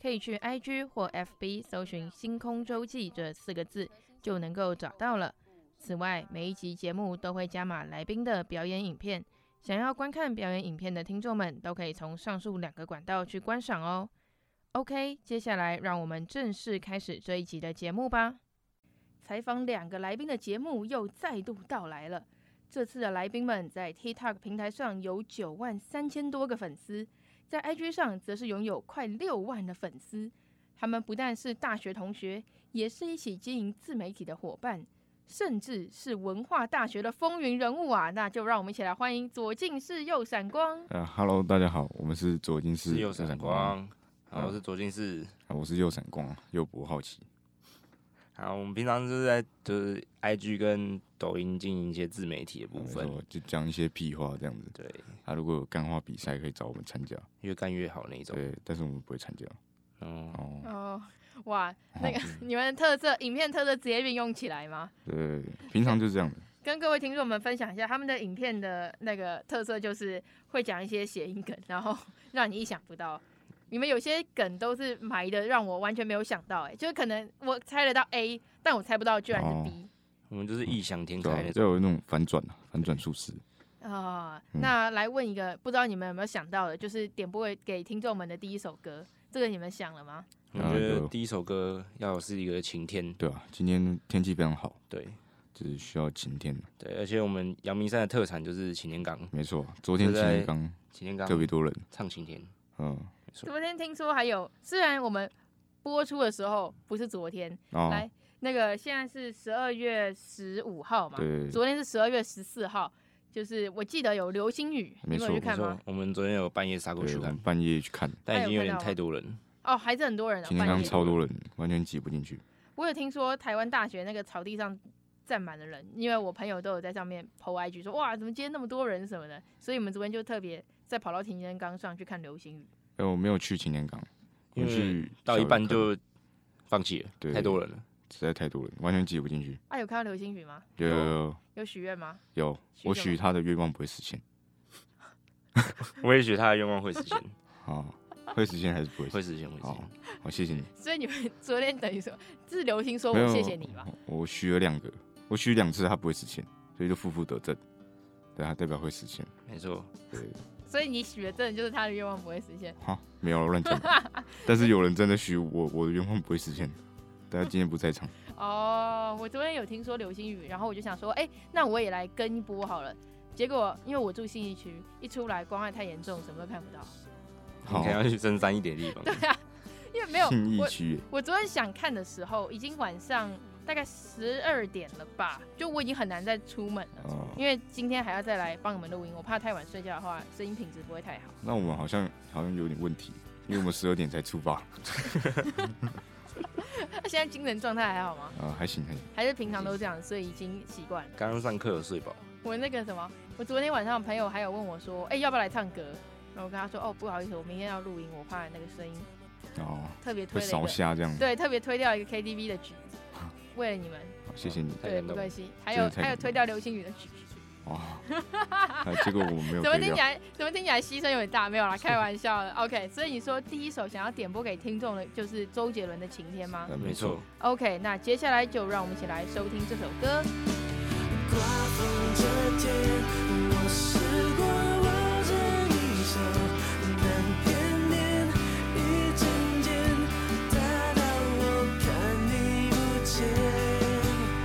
可以去 IG 或 FB 搜寻“星空周记”这四个字，就能够找到了。此外，每一集节目都会加码来宾的表演影片，想要观看表演影片的听众们，都可以从上述两个管道去观赏哦。OK，接下来让我们正式开始这一集的节目吧。采访两个来宾的节目又再度到来了。这次的来宾们在 TikTok 平台上有九万三千多个粉丝，在 IG 上则是拥有快六万的粉丝。他们不但是大学同学，也是一起经营自媒体的伙伴，甚至是文化大学的风云人物啊！那就让我们一起来欢迎左近视右闪光。呃，Hello，大家好，我们是左近视是右闪光，好，嗯我是左近视，啊，我是右闪光，右不好奇。好，我们平常就是在就是 IG 跟抖音经营一些自媒体的啊部没分，错，就讲一些屁话这样子。对，啊，如果有干话比赛可以找我们参加，越干越好那一种，对，但是我们不会参加。嗯，哦，哦，哇，那个 你们的特色影片特色直接运用起来吗？对，平常就是这样的。跟各位听众们分享一下，他们的影片的那个特色就是会讲一些谐音梗，然后让你意想不到。你们有些梗都是埋的，让我完全没有想到、哎，就是可能我猜得到 A，但我猜不到居然是 B 我们就是异想天对开啊那，就种，有那种反转啊，反转术士。啊、嗯那来问一个，不知道你们有没有想到的，就是点播给听众们的第一首歌，这个你们想了吗？我啊觉得就第一首歌要是一个晴天，对啊，今天天气非常好，对就是需要晴天。对，而且我们阳明山的特产就是擎天岗，没错，啊昨天就晴在天刚擎天岗特别多人，唱晴天，嗯，对昨天听说还有，虽然我们播出的时候不是昨天，哦来，那个现在是十二月十五号嘛，对昨天是十二月十四号，就是我记得有流星雨，你们没错有去没看错吗？，我们昨天有半夜杀过对，去我们看，半夜去看，但已经有哎有看点到太多人，哦，还是很多人啊、晴天半刚夜。超多人，完全挤不进去。我有听说台湾大学那个草地上站满了人，因为我朋友都有在上面 PO IG 说，哇，怎么今天那么多人什么的，所以我们昨天就特别再跑到擎天岗上去看流星雨。哎，我没有去晴天岗，我因为去到小一游半客就放弃了，对太多 人了，实在太多人，完全挤不进去。啊，有看到流星雨吗？有有有有许愿吗？有，许我什许么他的愿望不会实现。我也许他的愿望会实现， 啊，会实现还是不会实会现？实现，会实好现，，好，谢谢你。所以你们 昨天等于说是流星说没我有谢谢你吧？我许了两个，我许两次他不会实现，所以就负负得正。对，他代表会实现。没错，对，所以你许的真的就是他的愿望不会实现。好，没有 乱讲。但是有人真的许我，我的愿望不会实现。但他今天不在场，哦，我昨天有听说流星雨，然后我就想说，哎、那我也来跟一波好了。结果因为我住信义区，一出来光害太严重，什么都看不到。你可能要去深山一点的地方，对啊，因为没有信义 我，区耶，我昨天想看的时候，已经晚上大概十二点了吧，就我已经很难再出门了。哦，因为今天还要再来帮你们录音，我怕太晚睡觉的话，声音品质不会太好。那我们好像好像有点问题，因为我们十二点才出发。那、现在精神状态还好吗？啊，还行还行。还是平常都这样，所以已经习惯了。刚刚上课有睡饱，我那个什么，我昨天晚上朋友还有问我说，哎、要不要来唱歌？然后我跟他说，哦，不好意思，我明天要录音，我怕那个声音哦，特别会推了一烧啊个，瞎这样。对，特别推掉一个 KTV 的局，为了你们，好，谢谢你。太对，感不动客了，气。还有真的太感还有动推掉流星雨的局，哦，啊结果我没 有怎么推听掉起。来怎么听起来牺牲有点大？没有啦，开玩笑的。OK，所以你说第一首想要点播给听众的就是周杰伦的《晴天》吗呃嗯没错，。 ？OK，那接下来就让我们一起来收听这首歌。刮风这天，我试过握着你手，但偏偏一阵间，大到我看你不见。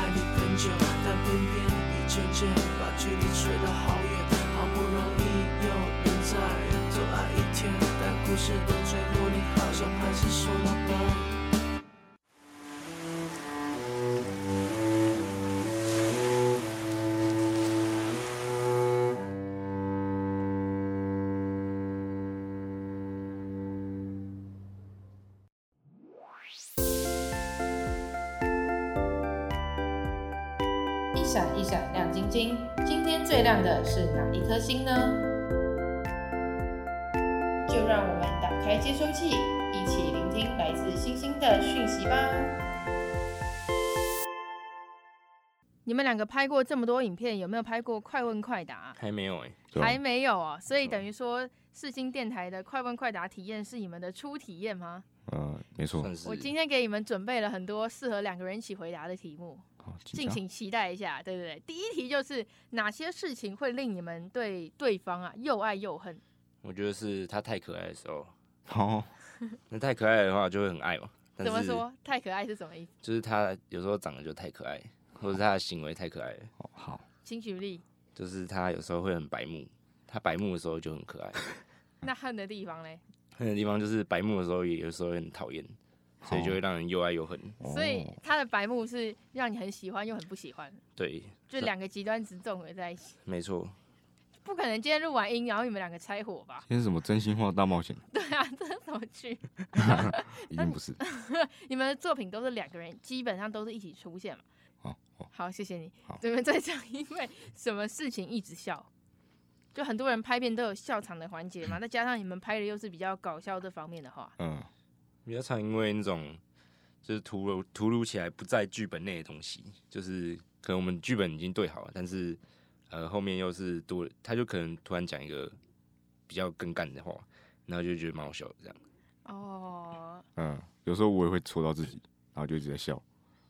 点点一圈圈，把距离吹得好远。好不容易有人在多爱一天，但故事的坠落，你好像还是说了吧。一闪一闪亮晶晶，今天最亮的是哪一颗星呢？就让我们打开接收器，一起聆听来自星星的讯息吧。你们两个拍过这么多影片，有没有拍过快问快答啊、还没有哎、对吧还没有哦，所以对等于说世新电台的快问快答体验是你们的初体验吗？呃，没错，算是我今天给你们准备了很多适合两个人一起回答的题目，好，紧敬张请期待一下，对不对？第一题就是哪些事情会令你们对对方啊又爱又恨？我觉得是他太可爱的时候， 好，那太可爱的话就会很爱嘛。但怎么是说？太可爱是什么意思？就是他有时候长得就太可爱，或者是他的行为太可爱了，好好，请举例。就是他有时候会很白目。他白目的时候就很可爱，那恨的地方嘞？恨的地方就是白目的时候也有时候会很讨厌，所以就会让人又爱又恨。所以哦他的白目是让你很喜欢又很不喜欢，对，就是两个极端值综合在一起。没错，不可能今天录完音，然后你们两个拆伙吧？ 今天是什么真心话大冒险？对啊，这是什么剧？已经不是， 你们的作品都是两个人，基本上都是一起出现嘛。好好谢谢你哦好。你们在讲因为什么事情一直笑？就很多人拍片都有笑场的环节嘛，再加上你们拍的又是比较搞笑这方面的话，嗯，比较常因为那种就是突如突如其来不在剧本内的东西，就是可能我们剧本已经对好了，但是呃后面又是多，他就可能突然讲一个比较更干的话，然后就觉得蛮好笑的这样。哦，嗯，有时候我也会戳到自己，然后就一直在笑。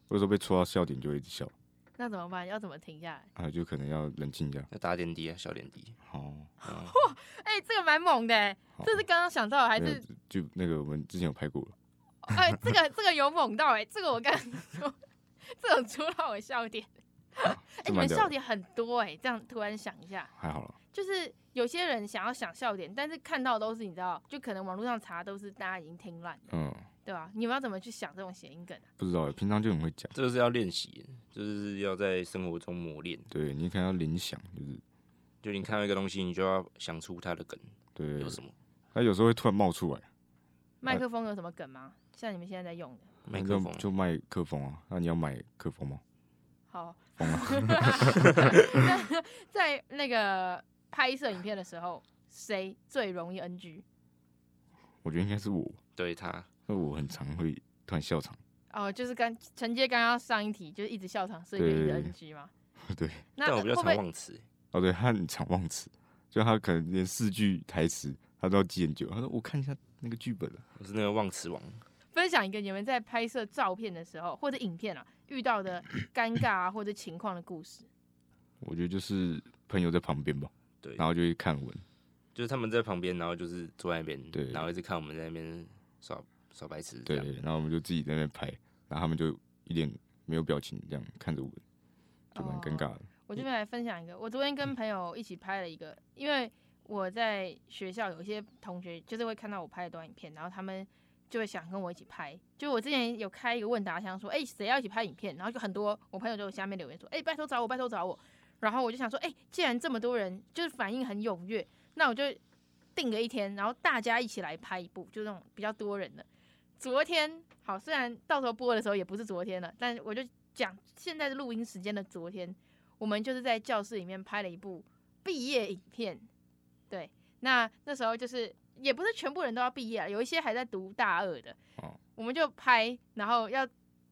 我有时候被戳到笑点就会一直笑，那怎么办？要怎么停下来？然后就可能要冷静一下。要打点滴啊，小点滴，好，啊哎、这个蛮猛的、好这是刚刚想到的还没有是？就那个我们之前有拍过了， 哎、这个这个有猛到哎、这个我刚刚说，这种戳到我笑点。哎、这你蛮们屌笑的点很多哎、这样突然想一下，还好了。就是有些人想要想笑点，但是看到都是你知道，就可能网络上查都是大家已经听烂，嗯，对吧、你们要怎么去想这种谐音梗啊？不知道欸，平常就很会讲。这个是要练习，就是要在生活中磨练。对你可能要联想，就是就你看到一个东西，你就要想出它的梗对有，什么。他有时候会突然冒出来，麦呃克风有什么梗吗？像你们现在在用的？麦那克就风就麦克风啊。那你要买克风吗？好，疯了， 在那个拍摄影片的时候，谁最容易 NG？我觉得应该是我，对他，因为我很常会突然笑场。哦，就是刚承接刚刚上一题，就是一直笑场，所以就一直对 NG 嘛。 对，那但我会比较不会常忘词，哦，对他很常忘词，就他可能连四句台词他都要记很久。他说我看一下那个剧本了，啊我是那个忘词王。分享一个你们在拍摄照片的时候或者影片啊遇到的尴尬啊或者情况的故事？我觉得就是朋友在旁边吧，对，然后就会看文，就是他们在旁边，然后就是坐在那边，对然后一直看我们在那边耍耍白痴，对，，然后我们就自己在那边拍，然后他们就一脸没有表情这样看着我们，就蛮尴尬的。我这边来分享一个，我昨天跟朋友一起拍了一个，因为我在学校有一些同学就是会看到我拍的短影片，然后他们就会想跟我一起拍。就我之前有开一个问答箱，说，哎、谁要一起拍影片？然后就很多我朋友就下面留言说，哎、拜托找我，拜托找我。然后我就想说，哎、既然这么多人就是反应很踊跃，那我就定个一天，然后大家一起来拍一部，就那种比较多人的。昨天好，虽然到时候播的时候也不是昨天了，但我就讲现在是录音时间的昨天，我们就是在教室里面拍了一部毕业影片。对，那那时候就是也不是全部人都要毕业啊，有一些还在读大二的，哦我们就拍，然后要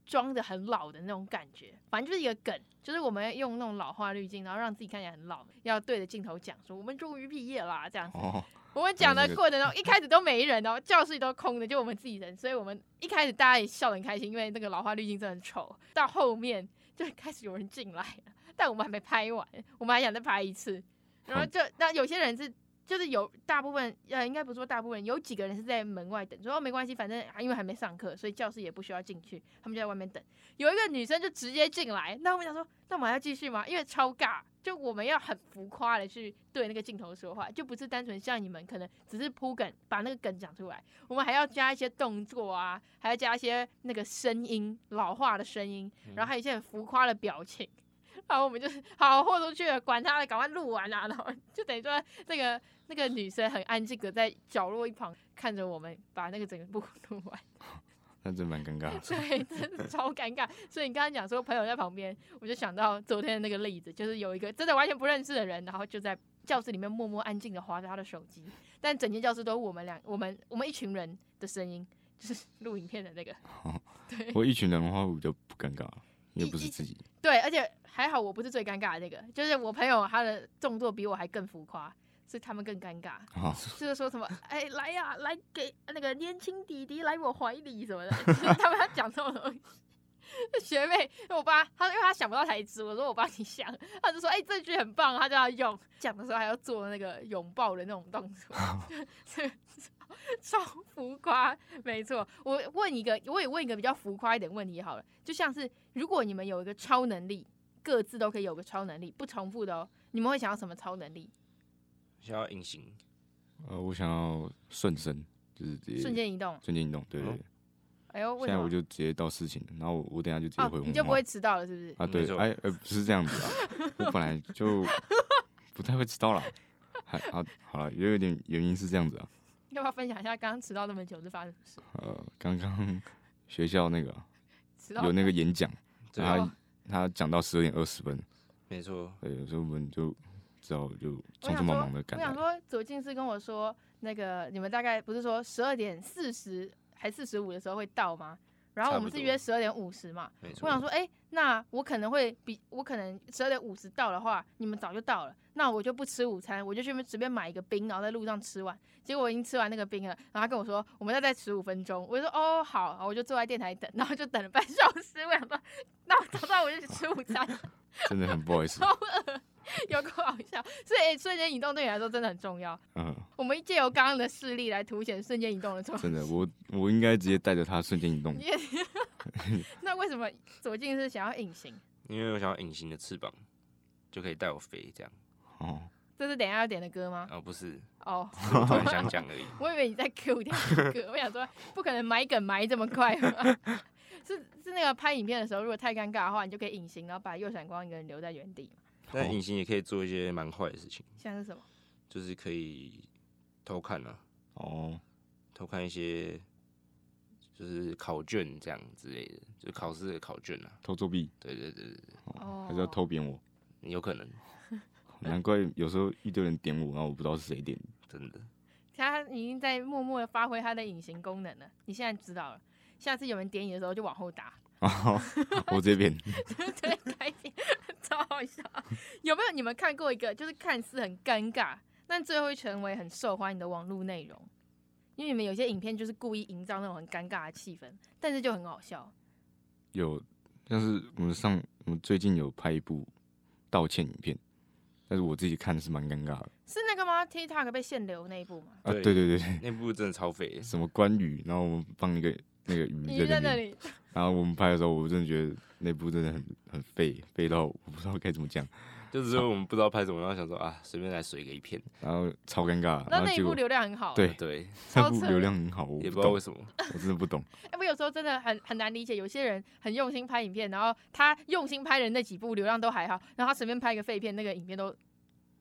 装的很老的那种感觉，反正就是一个梗，就是我们用那种老化滤镜，然后让自己看起来很老，要对着镜头讲说我们终于毕业啦这样子。哦，我们讲的那个过程中，一开始都没人哦，教室里都空的，就我们自己人，所以我们一开始大家也笑得很开心，因为那个老花滤镜真的很丑。到后面就开始有人 进来了，但我们还没拍完，我们还想再拍一次，然后就那有些人是就是有大部分呃，应该不是说大部分，有几个人是在门外等，说哦没关系，反正啊因为还没上课，所以教室也不需要进去，他们就在外面等。有一个女生就直接进来，那我们想说，那我们还要继续吗？因为超尬，就我们要很浮夸的去对那个镜头说话，就不是单纯像你们可能只是铺梗，把那个梗讲出来，我们还要加一些动作啊，还要加一些那个声音，老化的声音，然后还有一些很浮夸的表情。 然后我们就是好豁出去了，管他了，赶快录完啊啦、然后就等于说，那个那个女生很安静的在角落一旁看着我们把那个整个部录完，那真蛮尴尬 的。对，真的超尴尬。所以你刚刚讲说朋友在旁边，我就想到昨天的那个例子，就是有一个真的完全不认识的人，然后就在教室里面默默安静的划着他的手机，但整间教室都是我们两我们我们一群人的声音，就是 录影片的那个，对我一群人的话，我就不尴尬了，也不是自己。对，而且还好我不是最尴尬的那个，就是我朋友他的动作比我还更浮夸，所以他们更尴尬。好，就是说什么，哎、来呀、来给那个年轻弟弟来我怀里什么的，就是他们要讲这种东西。 学妹，我爸他因为他想不到台词，我说我帮你想，他就说哎、这句很棒，他就要用。讲的时候还要做那个拥抱的那种动作， 这超浮夸，没错。我问一个，我也问一个比较浮夸一点问题好了，就像是如果你们有一个超能力，各自都可以有个超能力，不重复的哦，你们会想要什么超能力？想要隐形，呃，我想要顺身，就是直接瞬间移动？瞬间移动，对对对。哎呦，为现什在么我？就直接到事情了，然后我我等一下就直接哦回，你文就不化会迟到了，是不是？啊，没对，错哎呃不是这样子啊，我本来就不太会迟到啦。还啊好了，也有点原因是这样子啊，要不要分享一下刚刚迟到那么久是发生什么事？呃，刚刚 学校那个迟到有那个演讲，对，啊他他讲到十二点二十分，没错，对，所以我们就只好就我匆匆想忙说忙的，赶我想来，说，左近是跟我说，那个你们大概不是说十二点四十还四十五的时候会到吗？然后我们差不是多约十二点五十嘛。没我想说，错，哎、那我可能会比我可能十二点五十到的话，你们早就到了，那我就不吃午餐，我就去随便买一个冰，然后在路上吃完。结果我已经吃完那个冰了，然后他跟我说，我们要再十五分钟，我就说哦好，然后我就坐在电台等，然后就等了半小时。我想说，那我早上我就去吃午餐，真的很不好意思，有够好笑。所以、欸瞬间移动对你来说真的很重要。嗯，我们借由刚刚的事例来凸显瞬间移动的重要。真的，我我应该直接带着他瞬间移动你，也 那为什么左近是想要隐形？因为我想要隐形的翅膀，就可以带我飞这样。哦，这是等一下要点的歌吗？啊，不是， 哦，只是我突然想讲而已。我以为你在 Q 掉这个歌，我想说不可能埋梗埋这么快吧。 是是那个拍影片的时候，如果太尴尬的话，你就可以隐形，然后把右闪光一个人留在原地嘛。哦但隐形也可以做一些蛮坏的事情，像是什么？就是可以偷看啊，哦，偷看一些就是考卷这样之类的，就考试的考卷啊。偷作弊，对对对对哦哦，还是要偷扁我，对，有可能难怪有时候一堆人点我，然后我不知道是谁点的。真的。他已经在默默的发挥他的隐形功能了。你现在知道了，下次有人点你的时候就往后打。哦， 我这边 对，开心，超好笑。有没有你们看过一个，就是看似很尴尬，但最后会成为很受欢迎的网络内容？因为你们有些影片就是故意营造那种很尴尬的气氛，但是就很好笑。有，像是我们上我们最近有拍一部道歉影片，但是我自己看是蛮尴尬的是那个 吗？TikTok 被限流那一部吗？啊，对对对对 对，那部真的超废的，什么关羽，然后我们放一个那个你鱼在在那那边， 里，然后我们拍的时候，我真的觉得那部真的很很废，废到我不知道该怎么讲，就是说我们不知道拍什么，然后想说啊，随便来水个一片。然后超尴尬，然后然后那一结部果流量很好。欸对对，那超部扯流量很好，我也不不知道懂，为什么。我真的不懂，哎、我有时候真的很很难理解，有些人很用心拍影片，然后他用心拍的那几部流量都还好，然后他随便拍一个废片，那个影片都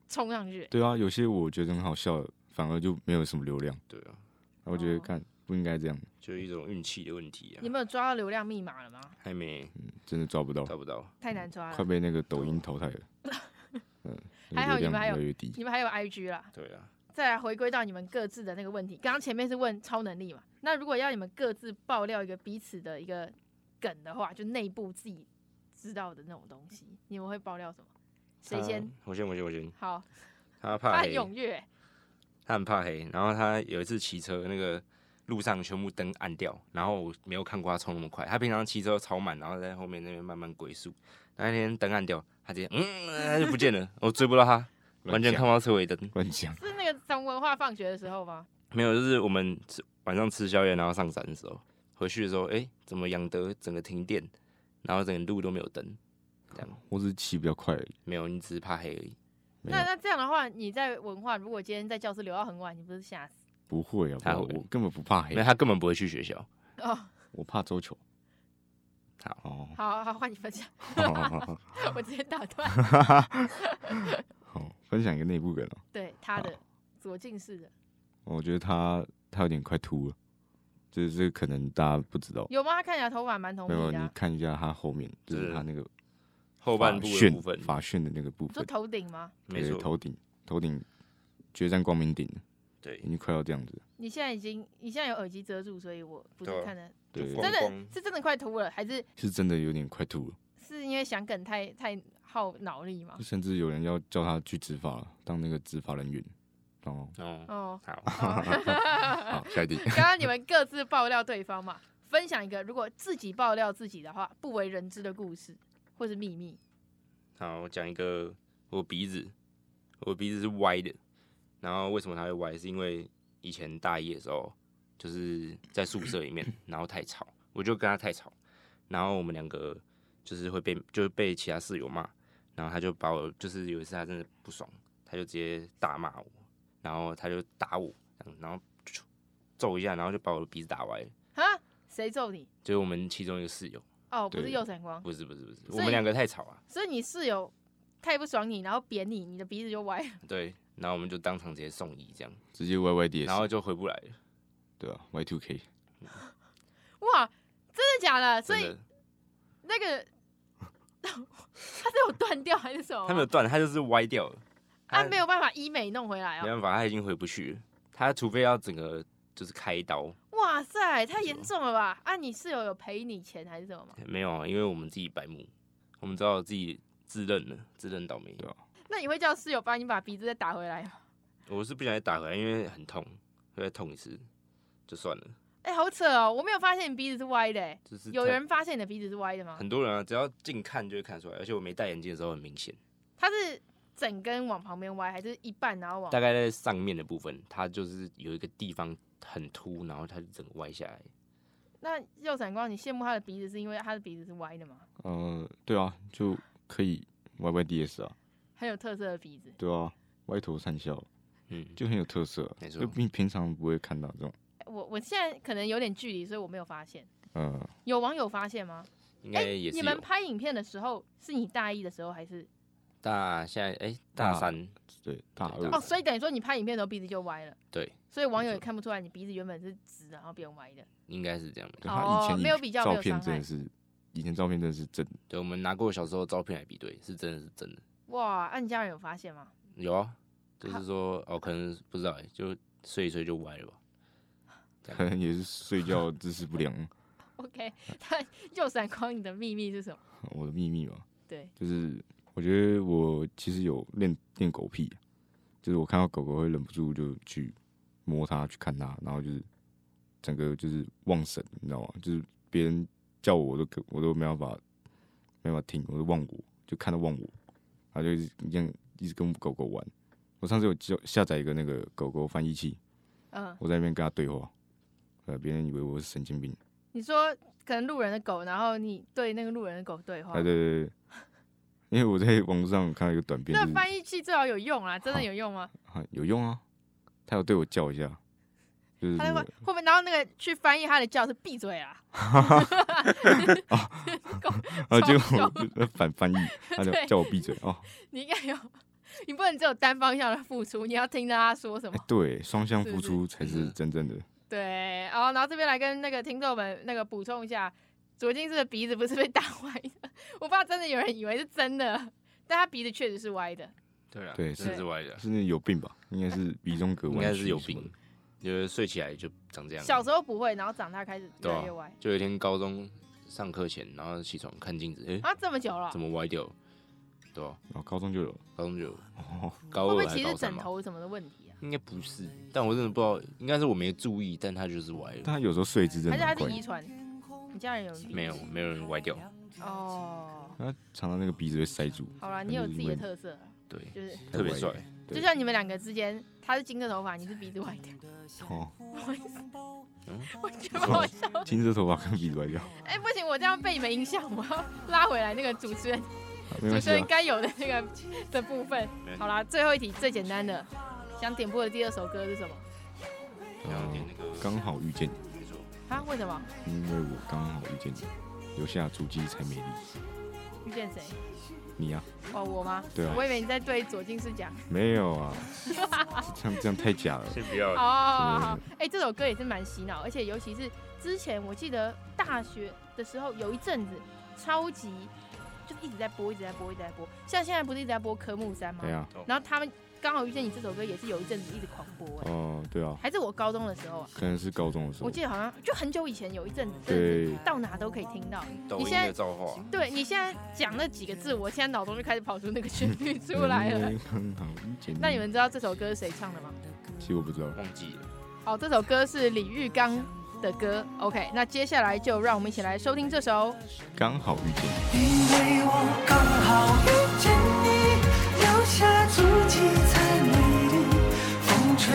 冲上去。对啊，有些我觉得很好笑，反而就没有什么流量，对啊，然后我觉得哦看不应该这样，就一种运气的问题啊你，们有抓到流量密码了吗？还没真的抓不到，找不到。太难抓了快。被那个抖音淘汰 了。嗯，那啊还好个你流们量还有越来越低。你们还有 IG 啦，对啊，再来回归到你们各自的那个问题。刚刚前面是问超能力嘛，那如果要你们各自爆料一个彼此的一个梗的话，就内部自己知道的那种东西，你们会爆料什么？谁他先？？我先，我先，我先。好，他他怕很黑，踊跃欸、他很怕黑。然后他有一次骑车，那个路上全部灯暗掉，然后我没有看过他冲那么快。他平常骑车超慢，然后在后面那边慢慢龟速。那天 灯暗掉，他直接嗯，他就不见了，我追不到他，完全看不到车尾灯。乱讲，是那个上文化放学的时候吗？没有，就是我们吃晚上吃宵夜，然后上山的时候，回去的时候，哎、怎么养德整个停电，然后整个路都没有灯，这样我只是骑比较快而已。没有，你只是怕黑而已。没那有那这样的话，你在文化，如果今天在教室留到很晚，你不是吓死？ 不会啊，他我会我根本不怕黑因为，他根本不会去学校。哦，我怕周球。好哦， 好好换你分享，我直接打断。好，分享一个内部梗哦。对他的 左近视的我觉得他他有点快秃了，就是这个可能大家不知道。有吗？他看起来头发蛮浓没有，密的你啊、看一下他后面，就是是他那个后半部发的旋部分，发旋的那个部你说分，头顶吗？没对错，头顶头顶决战光明顶了，对已经快要这样子了。你现在已经，你现在有耳机遮住，所以我不对是啊看的，对，光真的光是真的快秃了，还是是真的有点快吐了，是因为想梗太太耗脑力吗就？甚至有人要叫他去执法了，当那个执法人员。哦，哦，哦，好，好，下一题。刚刚你们各自爆料对方嘛，分享一个如果自己爆料自己的话，不为人知的故事或是秘密。好，我讲一个，我鼻子，我鼻子是歪的，然后为什么它会歪？是因为以前大一的时候，就是在宿舍里面，然后太吵，我就跟他太吵，然后我们两个就是会被就是被其他室友骂，然后他就把我就是有一次他真的不爽，他就直接大骂我，然后他就打我，嗯然后就揍一下，然后就把我的鼻子打歪了。哈，谁揍你？就是我们其中一个室友，哦，不是对右闪光，不是不是不是，以我们两个太吵啊，所以你室友太不爽你，然后扁你，你的鼻子就歪了。对，然后我们就当场直接送医这样。直接 Y Y D 然后 S，就回不来了。对啊，Y two K，哇，真的假的？所真以的，那个 他是有断掉还是什么吗？他没有断，他就是歪掉了。啊，没有办法医美弄回来没哦。办法，他已经回不去了。他除非要整个就是开刀，哇塞，太严重了吧？啊，你室友有赔你钱还是什么吗？没有啊，因为我们自己白目，我们知道自己自认了，自认倒霉。对啊那你会叫室友帮你把鼻子再打回来吗？我是不想再打回来，因为很痛，会再痛一次就算了。哎、好扯哦，我没有发现你鼻子是歪的、欸。就是有他人发现你的鼻子是歪的吗？很多人啊，只要近看就会看出来，而且我没戴眼镜的时候很明显，它是整根往旁边歪，还是一半然后往大？概在上面的部分，它就是有一个地方很凸，然后它就整个歪下来。那右闪光，你羡慕他的鼻子是因为他的鼻子是歪的吗？呃，对啊，就可以 Y Y D S 啊，很有特色的鼻子。对啊，歪头善笑嗯，就很有特色啊，没错就平平常不会看到这种，我我现在可能有点距离，所以我没有发现。呃，有网友发现吗？应哎、该也是你有。们拍影片的时候，是你大一的时候还是？大现在哎、大大三对，大对二大哦，所以等于说你拍影片的时候鼻子就歪了，对，所以网友没也错看不出来你鼻子原本是直的，然后变歪的。应该是这样。对他以哦前没有比较没有照片伤害真的是，以前照片真的是真的，对，我们拿过小时候的照片来比对，是真的是真的。哇，按、你家人有发现吗？有啊，就好是说哦，可能不知道欸，就睡一睡就歪了吧。可能 也是睡觉姿势不良。 OK，他 右闪光，你的秘密是什么？我的秘密嘛，对，就是我觉得我其实有练练狗屁，就是我看到狗狗会忍不住就去摸它，去看它，然后就是整个就是忘神，你知道吗？就是别人叫我，我都可我都没办法没办法听，我都忘我，就看到忘我，然后就一直一样一直跟狗狗玩。我上次有教下载一个那个狗狗翻译器，嗯，我在那边跟它对话，呃，别人以为我是神经病。你说可能路人的狗，然后你对那个路人的狗对话，哎，对对对，因为我在网络上看到一个短片，那就是翻译器最好有用啦，真的有用吗？啊，有用啊，他有对我叫一下，就是啊他那会那个会不会，然后那个去翻译他的叫是闭嘴 啊，啊，嘲结笑果我就反翻译， 他就对叫我闭嘴 哦，你应该有，你不能只有单方向的付出，你要听着他说什哎么。对，双向是付是出才是是真正的，对，然后然后这边来跟那个听众们那个补充一下，左近视的鼻子不是被 打歪的，我怕真的有人以为是真的，但他鼻子确实是歪的。对啊对真的是是歪的啊，是那有病吧？应该是鼻中隔应弯曲，该是有病，，就是睡起来就长这样。小时候不会，然后长大开始越对来啊越歪。就有一天高中上课前，然后起床看镜子，哎、啊，这么久了，怎么歪掉了？对啊，然后哦高中就有了，高中就有哦，会高不二会还其实是高枕三吧？头什么的问题啊？应该不是，但我真的不知道，应该是我没注意，但它就是歪了。但他有时候睡姿真还的是他蛮是怪遗的，传？你家人有人鼻没有，没有人歪掉。哦，他常常那个鼻子会塞住，好啦，那你有就是嗯自己因的为特色啊，对，就是特别歪帅了。对就像你们两个之间，他是金色头发，你是鼻子歪 掉，哦，我觉得蛮好 笑。金色头发跟鼻子歪掉，哎、不行，我这样被你们影响，我要拉回来那个主持人好主没关持系人啊。该有的那个的部分。好啦，最后一题最简单的，想点播的第二首歌是什么？然后点那个呃刚好遇见没错，啊？为什么？你，因为我刚好遇见你，留下足迹才美丽。遇见谁？你啊，哦，我吗？对啊我以为你在对左近视讲。没有啊，这样这样太假了。先不要哦，好好嗯好哎、这首歌也是蛮洗脑，而且尤其是之前我记得大学的时候有一阵子超级就一直在播，一直在播，一直在播。像现在不是一直在播科目三吗？对啊，然后他们刚好遇见你这首歌也是有一阵子一直狂播、哎、哦，对啊，还是我高中的时候啊，可能是高中的时候我。记得好像就很久以前有一阵子，真的是对，到哪都可以听到。抖你音现在的造化，对你现在讲那几个字，我现在脑中就开始跑出那个旋律出来了。因为嗯刚好遇见你。那你们知道这首歌是谁唱的吗？其实我不知道，忘记了，哦，这首歌是李玉刚的歌。OK，那接下来就让我们一起来收听这首。刚好遇见你。因为我刚好遇见你，留下足迹才美丽。风吹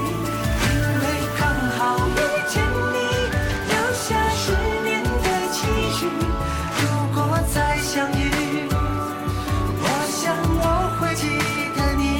因为刚好遇见你，留下十年的期许。如果再相遇，我想我会记得你。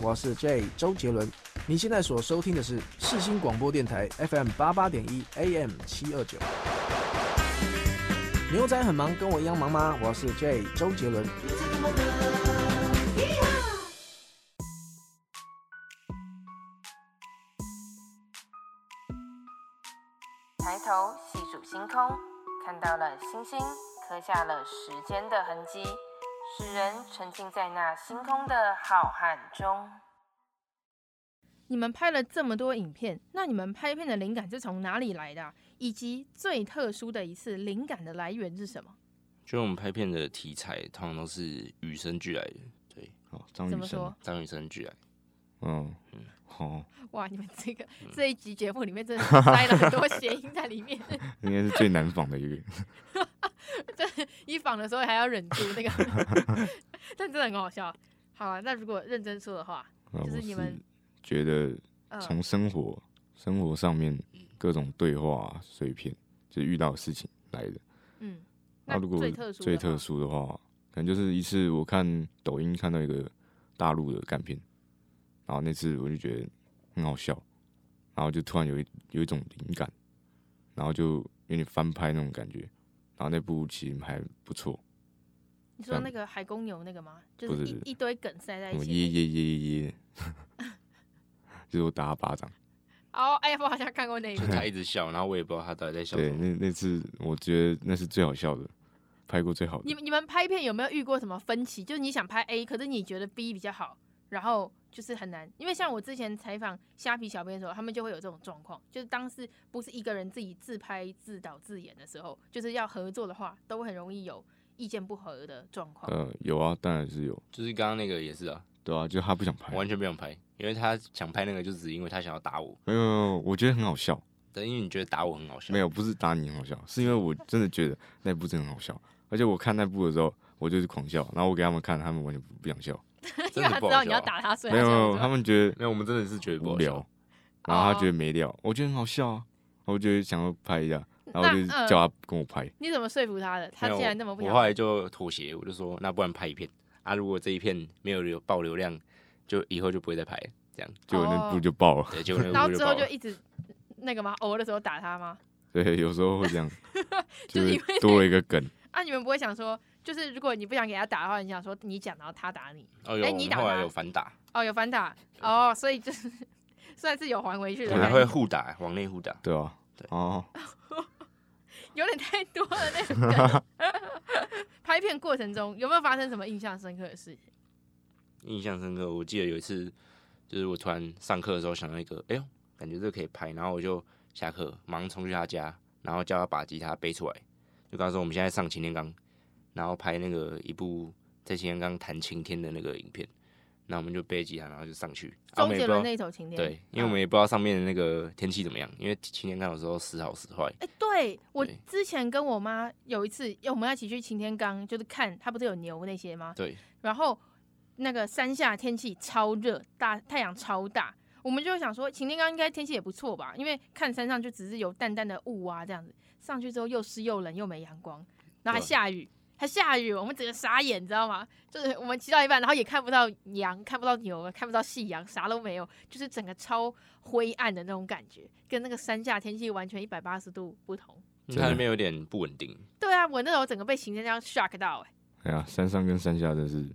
我是 J 周杰伦。你现在所收听的是世新广播电台 FM 八八点一 AM 七二九。牛仔很忙，跟我一样忙吗？我是 J 周杰伦。抬头细数星空，看到了星星，刻下了时间的痕迹，使人沉浸在那星空的浩瀚中。你们拍了这么多影片，那你们拍片的灵感是从哪里来的啊、以及最特殊的一次灵感的来源是什么？就我们拍片的题材通常都是与生俱来的，对，好，张怎雨么生说啊。？张雨生 俱来，嗯，好，哇，你们这个这一集节目里面真的是塞了很多谐音在里面，应该是最难仿的一个。一访的时候还要忍住 那个， 但真的很好笑。好啊了，那如果认真说的话， 啊，就是我你们是觉得嗯、从生活、生活上面各种对话啊、碎片，就是遇到的事情来的。嗯，那那啊如果最特殊的最话特殊的话，可能就是一次我看抖音看到一个大陆的干片，然后那次我就觉得很好笑，然后就突然有一有一种灵感，然后就有点翻拍那种感觉，然后那部其实还不错，你说像那个海公牛那个吗？就不是是一不是一堆梗塞在什一么起耶那个。耶耶耶 耶，就是我打他巴掌。哦，哎，我好像看过那一就部。他一直笑，然后我也不知道他到底在笑对，什么。那那次我觉得那是最好笑的，拍过最好你的。们你们拍片有没有遇过什么分歧？就是你想拍 A，可是你觉得 B 比较好，然后就是很难。因为像我之前采访虾皮小编的时候，他们就会有这种状况，就是当时不是一个人自己自拍、自导、自演的时候，就是要合作的话，都会很容易有意见不合的状况。呃，有啊，当然是有，就是刚刚那个也是啊，对啊，就他不想拍，我完全不想拍，因为他想拍那个就只是因为他想要打我，没有没有，没有我觉得很好笑，但因为你觉得打我很 好笑，没有不是打你很好笑，是因为我真的觉得那部真的很好笑，而且我看那部的时候，我就是狂笑，然后我给他们看，他们完全不不想笑，因真为的他不知好道你笑要啊打他，所以没有没想有，说他们觉得没有，我们真的是觉得不无好聊笑。，然后他觉哦得没料，我觉得很好笑啊，我觉得想要拍一下，然后那就是呃叫他跟我拍，你怎么说服他的？他没有竟然那么不我想后来就妥协，我就说那不然拍一片啊，如果这一片没有流爆流量，就以后就不会再拍了这样。结果哦那部就爆了， 对，结果那个然后部之爆后就了一直那个吗？偶尔的时候打他吗？对，有时候会这样， 就就是因为是那多了一个梗，啊，你们不会想说，就是如果你不想给他打的话，你想说你讲，然后他打你？哦有，哎我你们打后来他有反打，哦，有反打哦，所以就是算是有还回去我的们还感会觉，互打，往内互打。对 吧、啊？对哦，有点太多了那个梗。 拍片过程中有没有发生什么印象深刻的事情？印象深刻，我记得有一次，就是我突然上课的时候想到一个，哎呦，感觉这个可以拍，然后我就下课马上冲去他家，然后叫他把吉他背出来，就跟他说我们现在上擎天岗，然后拍那个一部在擎天岗弹晴天的那个影片，那我们就背吉他，然后就上去，啊我周们杰也不伦知道那一首《晴天》对，因为我们嗯也不知道上面的那个天气怎么样，因为晴天岗有时候时好时坏，哎、对我对之前跟我妈有一次，因为我们要一起去擎天岗，就是看它不是有牛那些吗？对，然后那个山下天气超热，大太阳超大，我们就想说擎天岗应该天气也不错吧，因为看山上就只是有淡淡的雾啊这样子，上去之后又湿又冷又没阳光，然后还对下雨，还下雨，我们整个傻眼，你知道吗？就是我们骑到一半，然后也看不到羊，看不到牛，看不到夕阳，啥都没有，就是整个超灰暗的那种感觉，跟那个山下天气完全一百八十度不同。真因为它的那边有点不稳定，对啊，我那时候整个被行天这样 shock 到、欸。哎呀，山上跟山下真是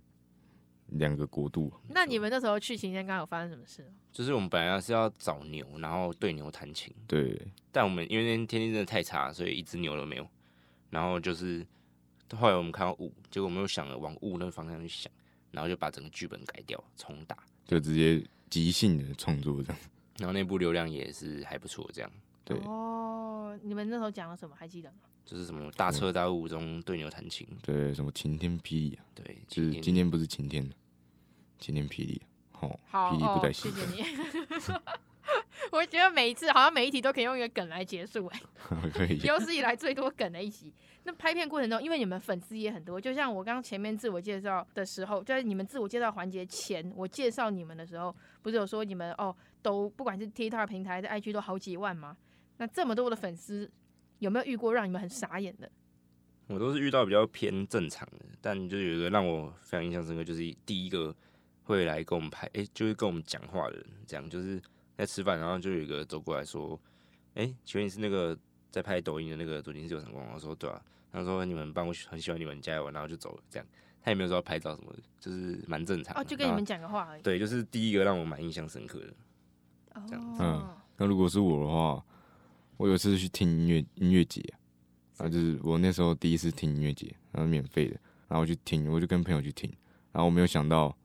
两个国度啊，那你们那时候去行天刚有发生什么事吗？就是我们本来是要找牛，然后对牛弹琴。对，但我们因为那天天气真的太差，所以一只牛都没有。然后就是后来我们看到雾，结果我们又想了往雾那个方向去想，然后就把整个剧本改掉，重打。就直接即兴的创作这样，然后那部流量也是还不错，这样对，哦，你们那时候讲了什么？还记得吗？就是什么大彻大悟中对牛弹琴，对，什么晴天霹雳啊，对，就是今天不是晴天，晴天霹雳啊，哦，好，霹雳哦不带谢晴谢天，你。 我觉得每一次好像每一题都可以用一个梗来结束、哎， 可以，有史以来最多梗的一集。那拍片过程中，因为你们粉丝也很多，就像我刚刚前面自我介绍的时候，就是你们自我介绍环节前，我介绍你们的时候，不是有说你们哦，都不管是 TikTok 平台还是 IG 都好几万吗？那这么多的粉丝，有没有遇过让你们很傻眼的？我都是遇到比较偏正常的，但就是有一个让我非常印象深刻，就是第一个会来跟我们拍，诶，就是跟我们讲话的人，这样就是在吃饭，然后就有一个走过来说，诶，请问你是那个在拍抖音的那个左金是有闪光吗？我说对啊，他说你们帮我很喜欢你们，加油，然后就走了，这样他也没有说要拍照什么的，就是蛮正常的啊哦，就跟你们然后讲个话而已。对，就是第一个让我蛮印象深刻的，这样 哦嗯，那如果是我的话，我有一次去听音乐音乐节啊，啊，就是我那时候第一次听音乐节，然后免费的，然后我去听，我就跟朋友去听，然后我没有想到，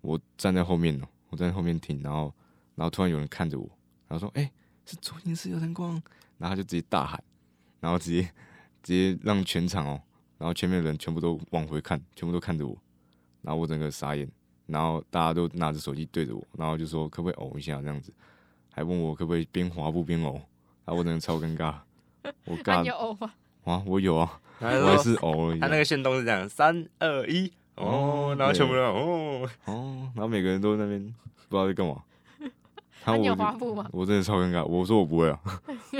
我站在后面哦，我站在后面听，然后然后突然有人看着我，然后说：“哎、是周星驰有灯光。”然后他就直接大喊，然后直接直接让全场哦，然后前面的人全部都往回看，全部都看着我，然后我整个傻眼，然后大家都拿着手机对着我，然后就说可不可以呕一下这样子，还问我可不可以边滑步边呕，然后我真的超尴尬，我那尬你有呕吗？啊，我有啊，然后我他还说是呕了一他下那，个线动是这样，三二一，哦哦，然后全部对人哦，哦，然后每个人都在那边不知道 在干嘛，那然后你有我花就布吗？我真的超尴尬，我说我不会 啊，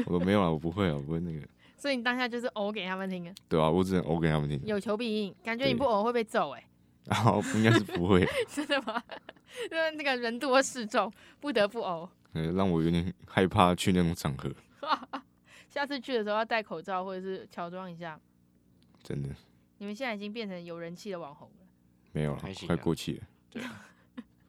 我说没有啊，我不会啊，我不会那个，所以你当下就是呕给他们听的，对啊，我只能呕给他们听。有求必应。感觉你对不呕会被揍哎、然后应该是不会， 啊真的吗？ 因为那个人多势众，不得不呕。呃，让我有点害怕去那种场合，下次去的时候要戴口罩或者是乔装一下。真的你们现在已经变成有人气的网红了。没有了还，行啊快过气了，对啊，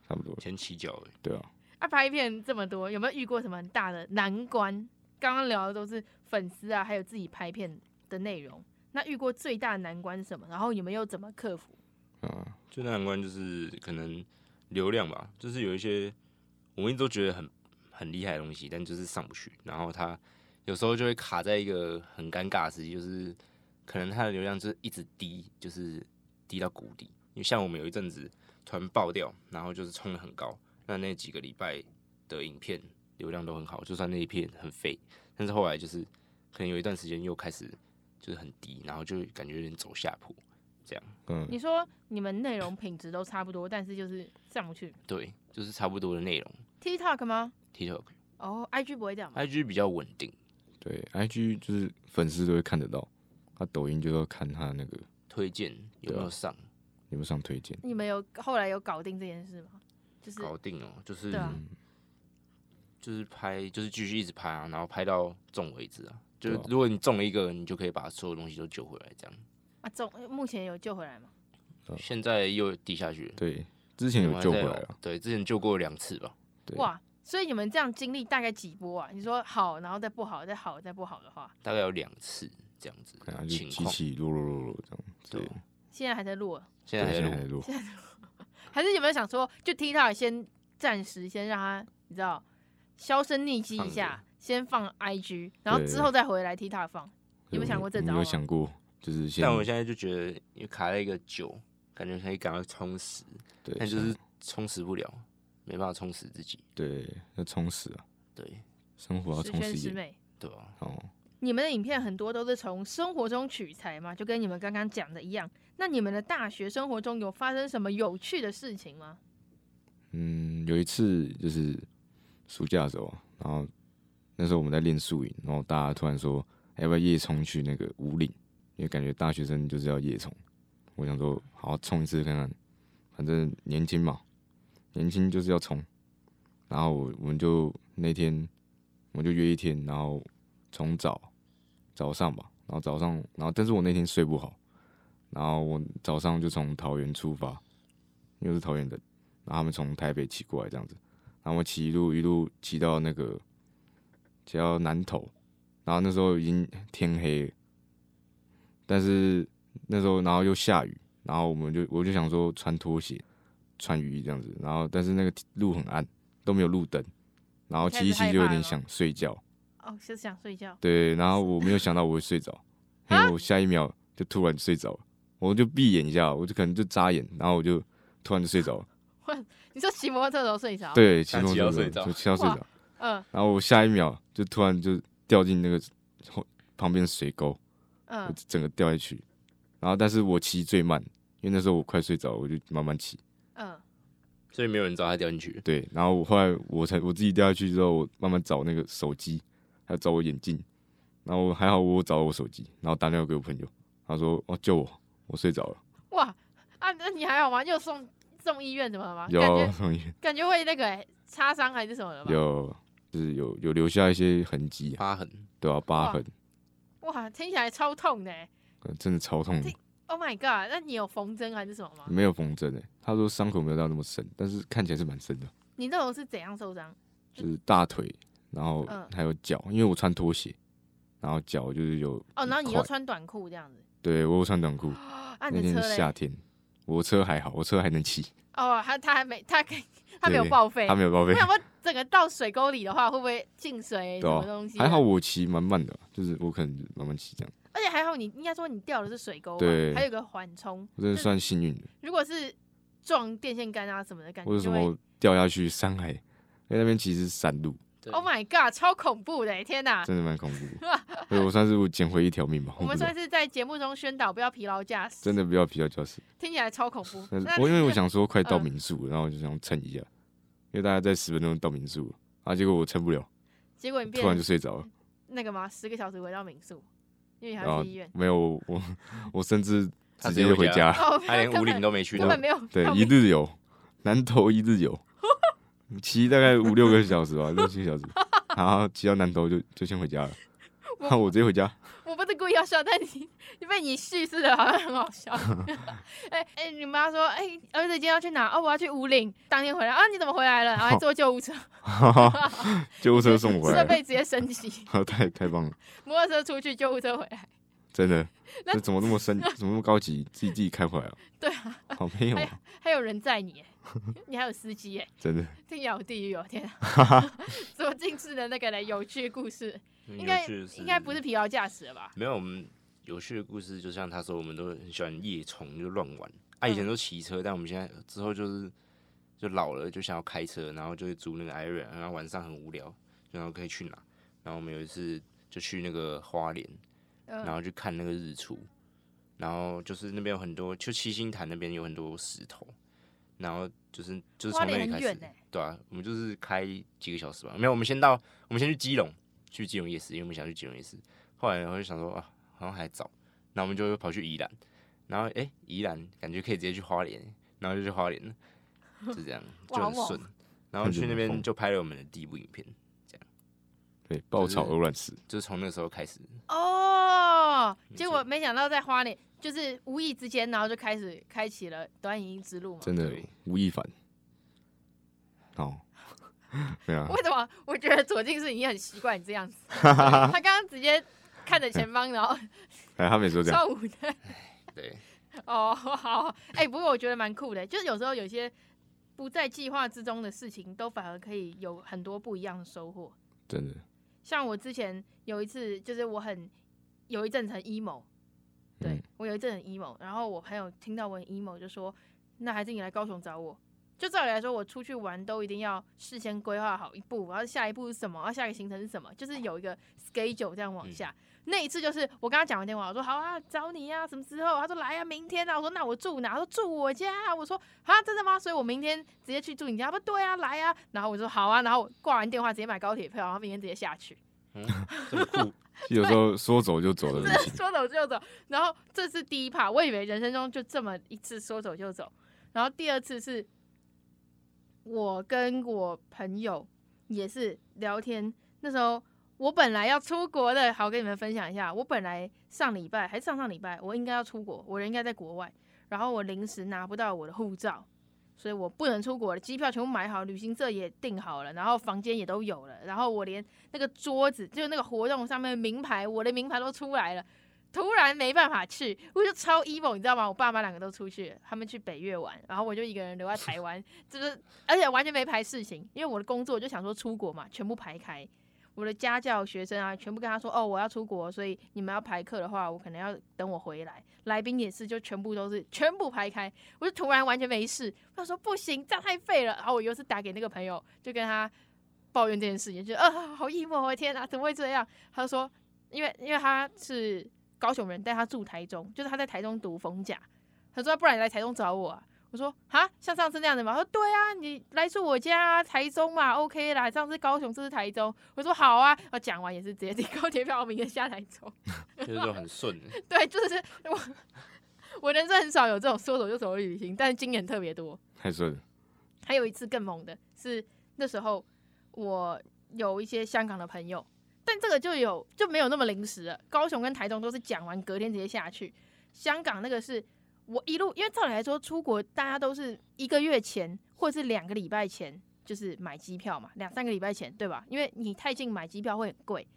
差不多了，前起脚而已。对啊，啊，拍片这么多，有没有遇过什么很大的难关？刚刚聊的都是粉丝啊，还有自己拍片的内容。那遇过最大的难关是什么？然后你们又怎么克服？啊，最难关就是可能流量吧，就是有一些我们一直都觉得很很厉害的东西，但就是上不去。然后它有时候就会卡在一个很尴尬的时期，就是可能它的流量就是一直低，就是低到谷底。因为像我们有一阵子突然爆掉，然后就是冲的很高，那那几个礼拜的影片流量都很好，就算那一片很废，但是后来就是可能有一段时间又开始就是很低，然后就感觉有点走下坡。这样。嗯你说你们内容品质都差不多，但是就是上不去。对，就是差不多的内容。 TikTok 吗？ TikTok、哦、i g 不会这样吗？ IG 比较稳定，对，IG 就是粉丝都会看得到，他抖音就要看他那个推荐有没对有啊上？有没有上推荐。你们有后来有搞定这件事吗？就是搞定哦，就是、对啊嗯，就是拍，就是继续一直拍啊，然后拍到中为止啊。就是对啊如果你中了一个，你就可以把所有东西都救回来，这样。啊，总目前有救回来吗？对现在又低下去了，对，之前有救回来啊了了。。对，之前救过两次吧。对，哇，所以你们这样经历大概几波啊？你说好，然后再不好，再好，再不好的话，大概有两次这样子看啊，就情起况。起落落落落这样。对对，啊现在还在录，现在还对啊在现在还录，录，还是有没有想说，就 TikTok 先暂时先让它，你知道，销声匿迹一下，先放 IG，然后对之后再回来 TikTok 放。你有没有对想过这我招有啊想过，就是先但我现在就觉得，因为卡在一个九，感觉可以赶快充实，对，但就想是充实不了，没办法充实自己。对要充实啊，对，生活要十充全实十一点。美。对啊，哦，你们的影片很多都是从生活中取材嘛，就跟你们刚刚讲的一样。那你们的大学生活中有发生什么有趣的事情吗？嗯，有一次就是暑假的时候啊，然后那时候我们在练宿营，然后大家突然说哎要不要夜冲去那个五岭，因为感觉大学生就是要夜冲。我想说，好好冲一次看看，反正年轻嘛，年轻就是要冲。然后我我们就那天我们就约一天，然后从早早上吧，然后早上，然后但是我那天睡不好，然后我早上就从桃园出发，因为我是桃园人，然后他们从台北骑过来这样子，然后我骑一路一路骑到那个骑到南头，然后那时候已经天黑了，但是那时候然后又下雨，然后我们就我就想说穿拖鞋、穿雨衣这样子，然后但是那个路很暗，都没有路灯，然后你开骑一始害骑就有怕点了想睡觉。哦，是想睡觉。对，然 后我没有想到我会睡着，因啊为我下一秒就突然睡着了，我就闭眼一下，我就可能就眨眼，然后我就突然就睡着了。你说骑摩托车的时候睡着？，对，骑但摩骑托到车睡着就骑到睡哇着，嗯然后我下一秒就突然就掉进那个后旁边的水沟，我嗯，整个掉下去。然后但是我骑最慢，因为那时候我快睡着了，我就慢慢骑。嗯，所以没有人知道他掉进去。对，然后我后来我才我自己掉下去之后，我慢慢找那个手机，还有找我眼镜，然后我还好我有找到我手机，然后打电话给我朋友，他说哦救我，我睡着了，哇啊，那你还好吗？你有送送医院怎么了吗？有啊感觉同学感觉会那个、欸、擦伤还是什么的吧？ 有就是有有留下一些痕迹啊，疤痕，对啊，哇疤痕，哇，听起来超痛的欸、呃真的超痛的， Oh my god！那你有缝针还是什么吗？没有缝针诶，他说伤口没有到那么深，但是看起来是蛮深的，你那种是怎样受伤？就是大腿，然后嗯还有脚，因为我穿拖鞋，然后脚就是有哦，一然后你又块穿短裤这样子，对我有穿短裤，啊，那你天的是车夏嘞？天，我车还好，我车还能骑。哦，他他还没他可以他没有对报废他，没有报我备，想说整个到水沟里的话，会不会进水什对啊么东西？还好，我骑蛮慢的，就是我可能慢慢骑这样，而且还好你应该说你掉的是水沟吧，对还有个缓冲。我真的是算幸运的。如果是撞电线杆啊什么的感觉，或者什就会么掉下去伤害，因为那边其实是山路，对 Oh my god，超恐怖的欸，天哪！真的蛮恐怖 的。所以我算是我捡回一条命吧。我们不知道算是在节目中宣导不要疲劳驾驶，真的不要疲劳教室。听起来超恐怖。但是那我因为我想说快到嗯民宿了，然后我就想撑一下，因为大概在十分钟到民宿了，啊，结果我撑不了，结果你变突然就睡着了。那个吗？十个小时回到民宿，因为你还然要后去医院。没有我我我甚至他直直接接回回家家，哦，他连五岭都没去根到本。那没有，对 根，本一日游，南投一日游，骑大概五六个小时吧，六七个小时，然后骑到南投就就先回家了，然后我直接 回家。 我不是故意要笑，但你你被你叙事的好像很好笑。 哎哎、你妈说，哎、儿子今天要去哪？哦，我要去五岭。当天回来啊，你怎么回来了？然后还坐救护 车，哈哈，救哦护车送我回来设了，备直接升级，太太棒了， 摩托车出去，救护车回来。真的， 那这怎么那么深，怎么那么高级，自己自己开回来啊？对啊，好没有哎啊呀，还有人载你， 你还有司机哎，真的，听起来有地狱哦！天啊，怎么近视的那个嘞？有趣故事，应该有趣的应该不是疲劳驾驶了吧？没有我们有趣的故事，就像他说，我们都很喜欢夜冲，就乱玩。啊，嗯以前都骑车，但我们现在之后就是就老了，就想要开车，然后就会租那个 i r o n 然后晚上很无聊，然后可以去哪？然后我们有一次就去那个花莲，然嗯，后去看那个日出，然后就是那边有很多，就七星潭那边有很多石头，然后就是就是花从那莲很里开始，远欸对啊，我们就是开几个小时吧，没有，我们先到，我们先去基隆，去基隆夜市，因为我们想去基隆夜市，后来我就想说啊，好像还早，那我们就跑去宜兰，然后哎、诶宜兰感觉可以直接去花莲，然后就去花莲了，就 这样就哇很哇顺，然后看起去那来很边疯就拍了我们的第一部影片，对，爆炒鹅卵石，就是从那时候开始，哦，没结错果没想到在花莲，就是无意之间，然后就开始开启了短影音之路嘛。真的对吴亦凡。 哦，没有啊，为什么？我觉得左近是已经很习惯你这 样子，他刚刚直接看着前方，然后哎，他每次都这样，跳舞的。对， 哦，好，哎、不过我觉得蛮酷的，就是有时候有些不在计划之中的事情，都反而可以有很多不一样的收获。真的，像我之前有一次，就是我很有一阵子很 emo，对、嗯我有一阵很 emo，然后我朋友听到我很 emo 就说，那还是你来高雄找我。就照理来说，我出去玩都一定要事先规划好一步，然后下一步是什么，然后下一个行程是什么，就是有一个 schedule 这样往下。那一次就是我跟他讲完电话，我说好啊，找你啊，什么之后？他说来啊，明天啊。我说那我住哪？他说住我家啊。我说啊，真的吗？所以我明天直接去住你家。他说对啊，来啊。然后我说好啊，然后我挂完电话直接买高铁票，然后明天直接下去。这么酷，有时候说走就走的旅对，行，说走就走。然后这是第一趴，我以为人生中就这么一次说走就走。然后第二次是，我跟我朋友也是聊天，那时候我本来要出国的，好跟你们分享一下，我本来上礼拜还是上上礼拜，我应该要出国，我人应该在国外，然后我临时拿不到我的护照。所以我不能出国了，机票全部买好，旅行社也订好了，然后房间也都有了，然后我连那个桌子，就是那个活动上面的名牌，我的名牌都出来了，突然没办法去，我就超 emo，你知道吗？我爸妈两个都出去了，他们去北越玩，然后我就一个人留在台湾，就是而且完全没排事情，因为我的工作我就想说出国嘛，全部排开。我的家教学生啊，全部跟他说哦，我要出国，所以你们要排课的话，我可能要等我回来。来宾也是，就全部都是全部排开，我就突然完全没事。他说不行，这样太废了。然后我又是打给那个朋友，就跟他抱怨这件事情，就啊、好 emo，我的天啊，怎么会这样？他就说，因为因为他是高雄人，但他住台中，就是他在台中读逢甲。他说，不然你来台中找我啊。我说啊，像上次那样的吗？他说对啊，你来住我家、啊、台中嘛，OK 啦。上次高雄，这次台中。我说好啊。我讲完也是直接订 高铁票，我明天下台中。 就是说很顺，对，就是我， 我人生很少有这种说走就走的旅行，但是今年特别多。太顺了，还有一次更猛的是，那时候我有一些香港的朋友，但这个就有就没有那么临时了。高雄跟台中都是讲完隔天直接下去，香港那个是我一路，因为照理来说出国大家都是一个月前或者是两个礼拜前，就是买机票嘛，两三个礼拜前对吧？因为你太近买机票会很贵。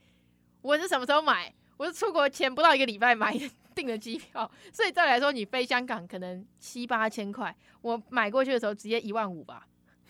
我是什么时候买？我是出国前不到一个礼拜买 的订的机票，所以照理来说，你飞香港可能七八千块，我买过去的时候直接一万五吧，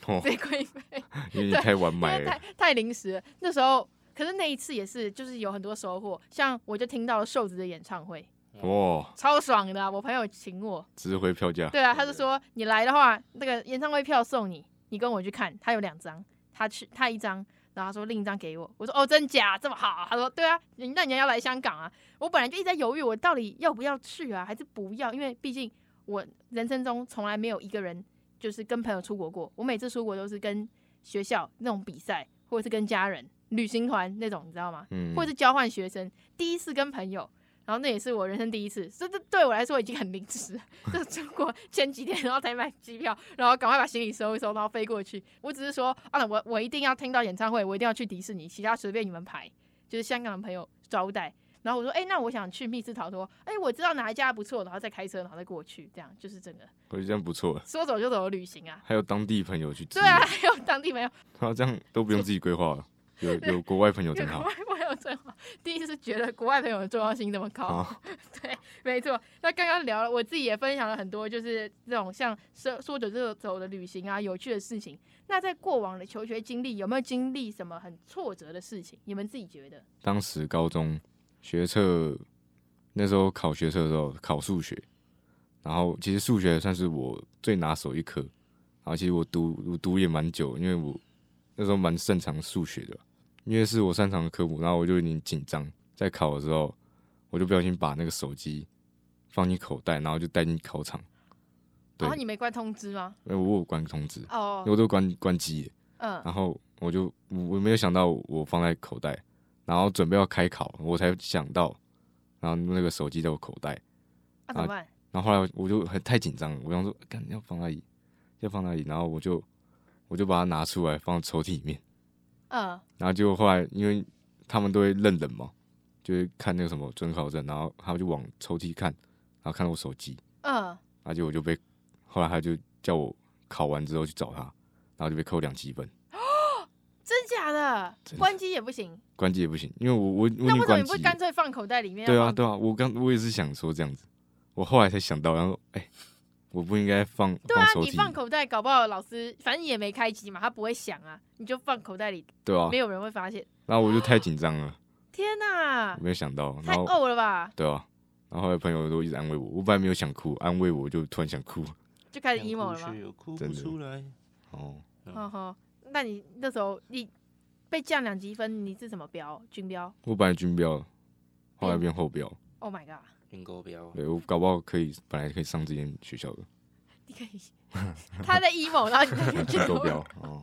哦直，接贵飞，因为你太晚买因为太了，太临时了。那时候，可是那一次也是，就是有很多收获，像我就听到了瘦子的演唱会，哇，超爽的啊、我朋友请我，值回票价，对啊，他就说你来的话，那个演唱会票送你，你跟我去看。他有两张，他去他一张，然后他说另一张给我。我说哦，真假这么好啊、他说对啊，你那你要来香港啊？我本来就一直在犹豫，我到底要不要去啊，还是不要？因为毕竟我人生中从来没有一个人就是跟朋友出国过，我每次出国都是跟学校那种比赛，或者是跟家人、旅行团那种，你知道吗？嗯，或者是交换学生，第一次跟朋友，然后那也是我人生第一次，这这对我来说已经很临时了， 就出国前几天，然后才买机票，然后赶快把行李收一收，然后飞过去。我只是说啊，我我一定要听到演唱会，我一定要去迪士尼，其他随便你们排，就是香港的朋友招待。然后我说，哎、那我想去密室逃脱，哎、我知道哪一家不错，然后再开车，然后再过去，这样就是整个我觉得这样不错了，说走就走的旅行啊。还有当地朋友去支对啊，援，还有当地朋友，他这样都不用自己规划了，有有国外朋友有真国好外朋友最好。第一次觉得国外朋友的重要性这么高。啊， 没错，那刚刚聊了，我自己也分享了很多，就是这种像说说走就走的旅行啊，有趣的事情。那在过往的求学经历，有没有经历什么很挫折的事情？你们自己觉得？当时高中学测那时候考学测的时候考数学，然后其实数学算是我最拿手一科，然后其实我读我读也蛮久，因为我那时候蛮擅长数学的，因为是我擅长的科目，然后我就有点紧张，在考的时候我就不小心把那个手机放进口袋，然后就带进考场。对然后你没关通知吗？哎，我有关通知，哦，我都关关机了，嗯，然后我就我我没有想到我放在口袋，然后准备要开考，我才想到，然后那个手机在我口袋，那怎么办？然后后来我就很太紧张了，我想说，干要放哪里，要放哪里，然后我就我就把它拿出来放抽屉里面，嗯，然后结果后来因为他们都会认人嘛，就会看那个什么准考证，然后他们就往抽屉看，然后看到我手机，嗯，然后结果我就被，后来他就叫我考完之后去找他，然后就被扣两积分，真假的？真的关机也不行，关机也不行，因为我我我那为已经什么关你不机，干脆放口袋里面？对啊放对啊，我刚我也是想说这样子，我后来才想到，然后哎、我不应该放对放啊，手你放机，口袋，搞不好老师反正也没开机嘛，他不会响啊，你就放口袋里，对啊没，有人会发现。然后我就太紧张了，天哪我，没有想到，太哦然后呕了吧！对啊，然后后来朋友都一直安慰我，我本来没有想哭，安慰我就突然想哭，就开始 emo 了想哭吗却？又哭真不的出来。哦，哦吼，那你那时候你被降两积分，你是什么标？军标我本来军标了，后来变后标， ？Oh my god！ 云勾标，对我搞不啊好可以本来可以上这间学 校的你可 以，他在 emo，然后你在那边军勾标，哦，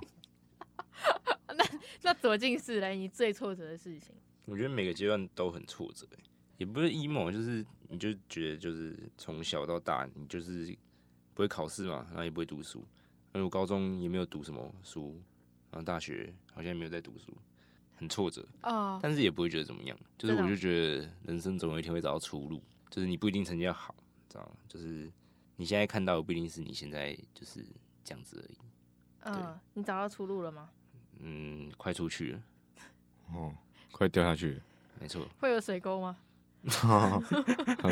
那左近是嘞，你最挫折的事情，我觉得每个阶段都很挫折、欸，也不是 emo，就是你就觉得就是从小到大，你就是不会考试嘛，然后也不会读书，而我高中也没有读什么书，然后大学好像也没有在读书，很挫折，哦，但是也不会觉得怎么样，就是真的哦我就觉得人生总有一天会找到出路，就是你不一定成绩要好，知道吗？就是你现在看到的不一定是你现在就是这样子而已，嗯，你找到出路了吗？嗯，快出去了，哦，快掉下去了。没错，会有水沟吗？ 啊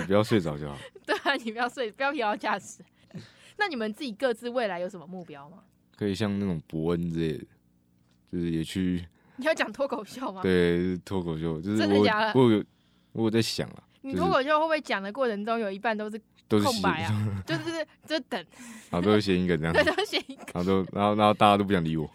不要睡着就好。对啊，你不要睡，不要疲劳驾驶。 那你们自己各自未来有什么目标吗？可以像那种伯恩之类的，就是也去你要讲脱口秀吗？对脱口秀，就是真的我假的我有我有在想啊，你就是脱口秀会不会讲的过程中有一半都是都是空谐白啊？ 就是就等， 然后都是谐音梗这样 子对，，都写一个，然后都然后然后大家都不想理我，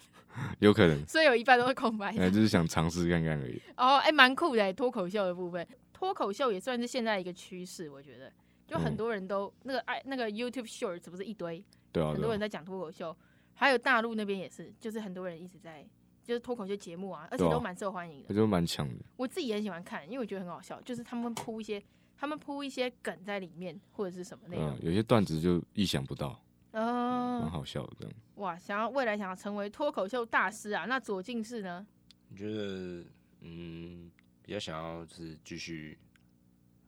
有可能，所以有一半都是空白的哎，就是想尝试看看而已。哦，哎、蛮酷的，脱口秀的部分，脱口秀也算是现在一个趋势，我觉得，就很嗯多人都、那个哎那个 YouTube Shorts 不是一堆，对啊，很多对人啊，在讲脱口秀，还有大陆那边也是，就是很多人一直在就是脱口秀节目啊，而且对啊都蛮受欢迎我的。就蛮强的，我自己也很喜欢看，因为我觉得很好笑，就是他们铺一些他们铺一些梗在里面或者是什么内容嗯，。有些段子就意想不到，蛮啊嗯，好笑的这样。哇，想要未来想要成为脱口秀大师啊，那左近是呢？我觉得，嗯，比较想要就是继续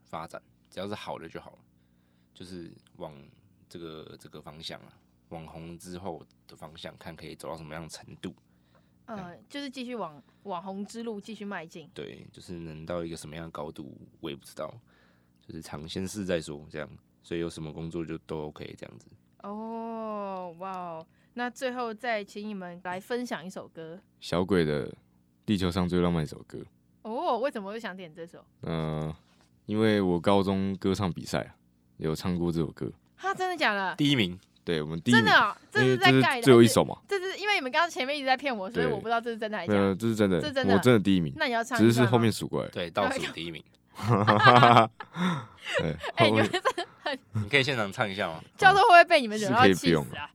发展，只要是好的就好了，就是往这个这个方向啊，网红之后的方向，看可以走到什么样的程度。呃，就是继续往网红之路继续迈进。对，就是能到一个什么样的高度，我也不知道，就是尝先试再说这样。所以有什么工作就都 OK 这样子。哦，哇哦！那最后再请你们来分享一首歌。小鬼的《地球上最浪漫》一首歌，哦，为什么会想点这首？嗯，因为我高中歌唱比赛啊有唱过这首歌，哈，真的假的？第一名，对我们第一真名的、，哦，这因为是这在是盖的。最后一还是，首嘛，这是因为你们刚刚前面一直在骗我，所以对我不知道这是真的还是假的。呃，这是真的，这是真的啊我真的第一名，那你要唱一只是是段吗后面，数过来，对，倒数第一名， 哎对，哎、后你们面这你可以现场唱一下吗？教授会不会被你们惹到是可以不气用死啊？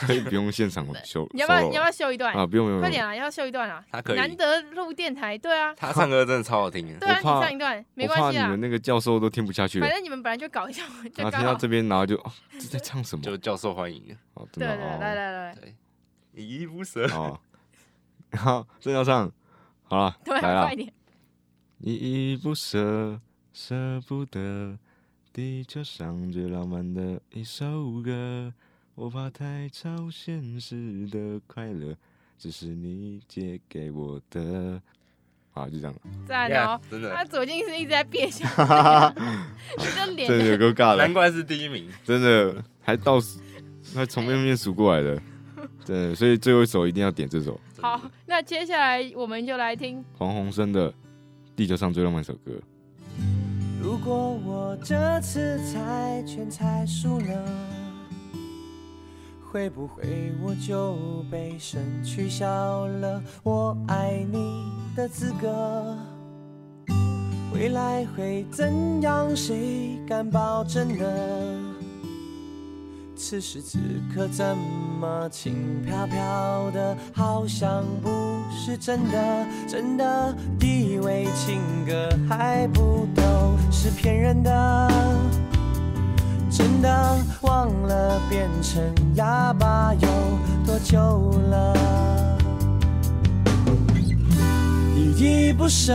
可 以不用现场修，你要不要 solo 你要不要秀一段？啊？不用不用，不快用点啊，要秀一段啊！他可以难得录电台，对啊，他唱歌真的超好听的，对啊，我你怕唱一段没我关怕系你啊们，那个教授都听不下去了反，正你们本来就搞笑，然就后听刚到好。这边，然后就哦这在唱什么？就较受欢迎的。哦，真对的对，来哦来来，对，依依不舍。哦， 然后真的要唱，好了，对来啊，了快，点。依依不舍，舍不得，地球上最浪漫的一首歌，我怕太超现实的快乐，只是你借给我的。好，就这样了。赞哦 Yeah，！真他的，左近是一直在变相， 你这真的有脸够尬的难，怪是第一名。真的还倒数，还从面面数过 来的，真的。所以最后一首一定要点这首真的好。那接下来我们就来听，黄鸿升的《地球上最浪漫》一首歌。如果我这次猜拳猜输了，会不会我就被神取消了我爱你的资格？为未来会怎样？谁敢保证呢？此时此刻怎么轻飘飘的？好像不是真的，真的以为情歌还不都是骗人的。真的忘了变成哑巴有多久了，依依不舍，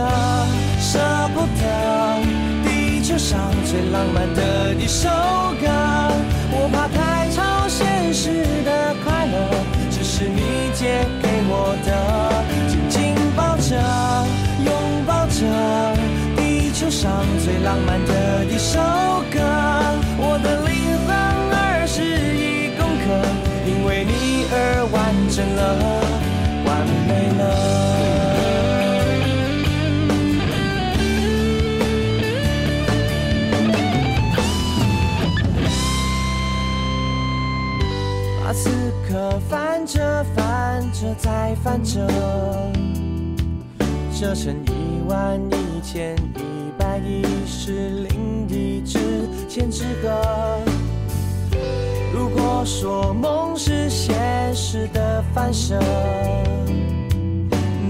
舍不得，地球上最浪漫的一首歌。我怕太超现实的快乐，只是你借给我的，紧紧抱着，拥抱着。地球上最浪漫的一首歌。我的灵魂二十一公克，因为你而完整了，完美了。把此刻翻着翻着再翻着。折成一万一千一百一十零一只千纸鹤。如果说梦是现实的反射，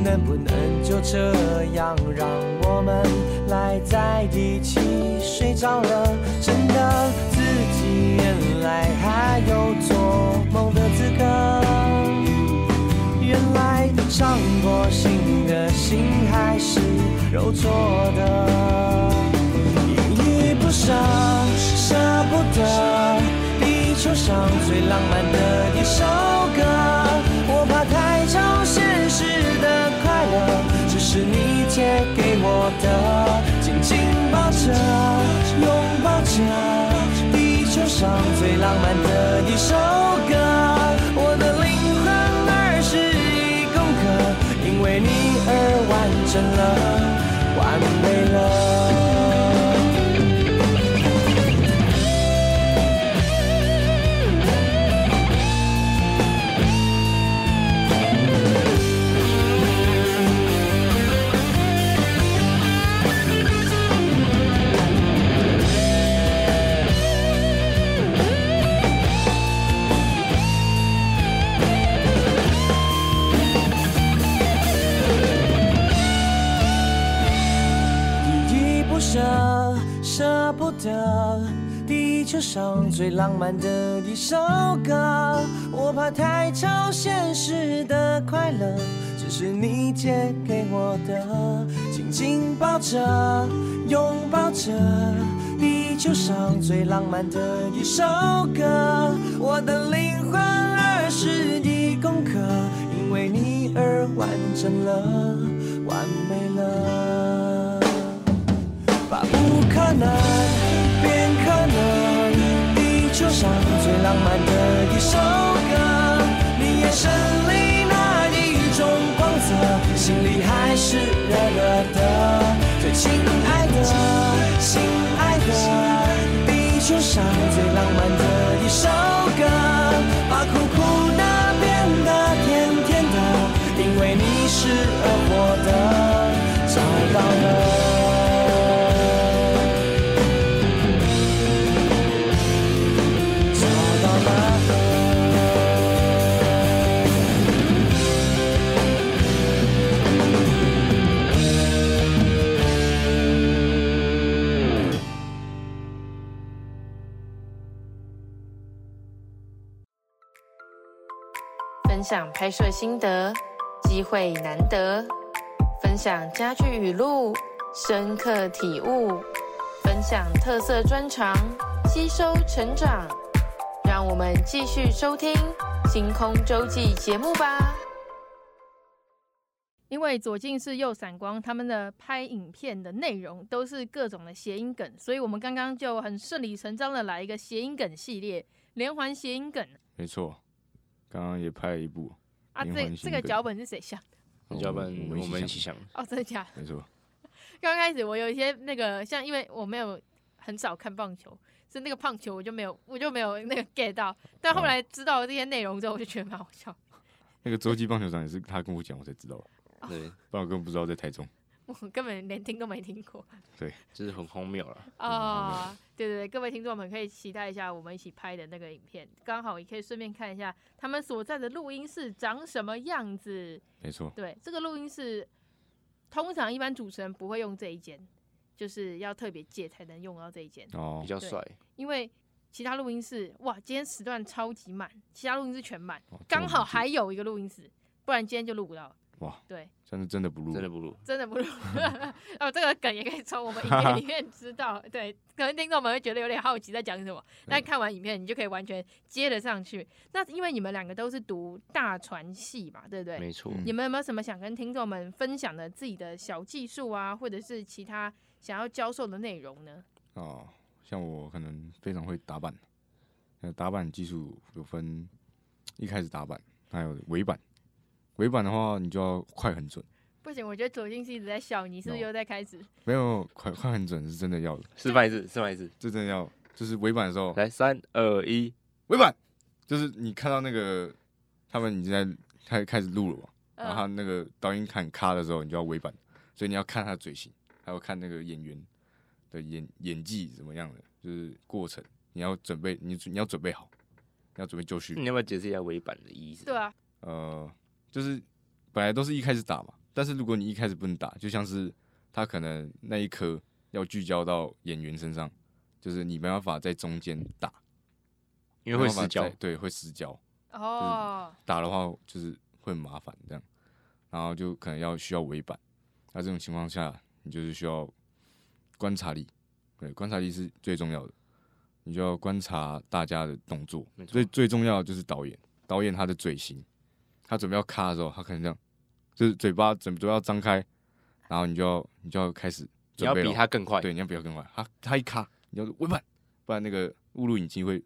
能不能就这样让我们赖在一起睡着了？真的，自己原来还有做梦的资格。原来伤过心的心还是肉做的，依依不舍，舍不得。地球上最浪漫的一首歌，我怕太超现实的快乐，只是你借给我的，紧紧抱着，拥抱着。地球上最浪漫的一首歌，我的灵魂二十一公克，因为你而完整了，完美了。依依不舍，舍不得。地球上最浪漫的一首歌，我怕太超现实的快乐，只是你借给我的，紧紧抱着，拥抱着。地球上最浪漫的一首歌，我的灵魂二十一公克，因为你而完整了，完美了。把不可能变可能，地球上最浪漫的一首歌。你眼神里那一种光泽，心里还是热热的。最亲爱的，心爱的，地球上最浪漫的一首歌，把苦苦的变得甜甜的，因为你是而活的，找到了。找到了。分享拍摄心得，机会难得；分享家具语录，深刻体悟；分享特色专长，吸收成长。让我们继续收听《星空周记》节目吧。因为左近视、右散光他们的拍影片的内容都是各种的谐音梗，所以我们刚刚就很顺理成章的来一个谐音梗系列，连环谐音梗没错，刚刚也拍了一部，啊！连这环这谐音个梗脚本是谁想？要不我然们我们一起想，想，哦，真的假的？没错，刚开始我有一些那个像，因为我没有很少看棒球，所以那个棒球我就没有，我就没有那个 get 到。但后来知道了这些内容之后，我就觉得蛮好笑。那个洲际棒球场也是他跟我讲我才知道，对，不然我根本不知道在台中。我根本连听都没听过就是很荒谬了。啊、对对对，各位听众们可以期待一下我们一起拍的那个影片，刚好也可以顺便看一下他们所在的录音室长什么样子。没错，对，这个录音室通常一般主持人不会用这一间，就是要特别借才能用到这一间，哦比，较对帅，因为其他录音室哇，今天时段超级满，其他录音室全满，哦刚好这么还有一个录音室，不然今天就录不到了。哇，对，算是真的不录，真的不如真的不录。哦，这个梗也可以从我们影片里面知道。对，可能听众们会觉得有点好奇在讲什么，但看完影片你就可以完全接得上去。那因为你们两个都是读大传系嘛，对不对？没错。嗯你们有没有什么想跟听众们分享的自己的小技术啊，或者是其他想要教授的内容呢？哦，像我可能非常会打板，呃，打板技术有分一开始打板，还有尾板。尾板的话，你就要快很准，不行，我觉得左金是一直在笑，你是不是 No 又在开始？没有快快很准是真的要的，示范一次，示范一次，这真的要就是尾板的时候，来，三二一，尾板就是你看到那个他们已经在开开始录了嘛，然后他嗯，那个导演砍咔的时候，你就要尾板，所以你要看他的嘴型，还有看那个演员的演演技怎么样的，就是过程，你要准备，你你要准备好，你要准备就绪。你要不要解释一下尾板的意思？对，啊，呃，就是本来都是一开始打嘛，但是如果你一开始不能打，就像是他可能那一颗要聚焦到演员身上，就是你没办法在中间打，因为会没办法失焦在，对，会失焦。哦，打的话就是会很麻烦这样，然后就可能要需要围板。那这种情况下，你就是需要观察力，对，观察力是最重要的。你就要观察大家的动作没，错最最重要的就是导演，导演他的嘴型，他准备要咔的时候，他可能这样，就是嘴巴准备要张开，然后你就要你就要开始你准要备比咯他更快。对，你要不要更快？他他一卡，你要微慢，不然那个误入影机会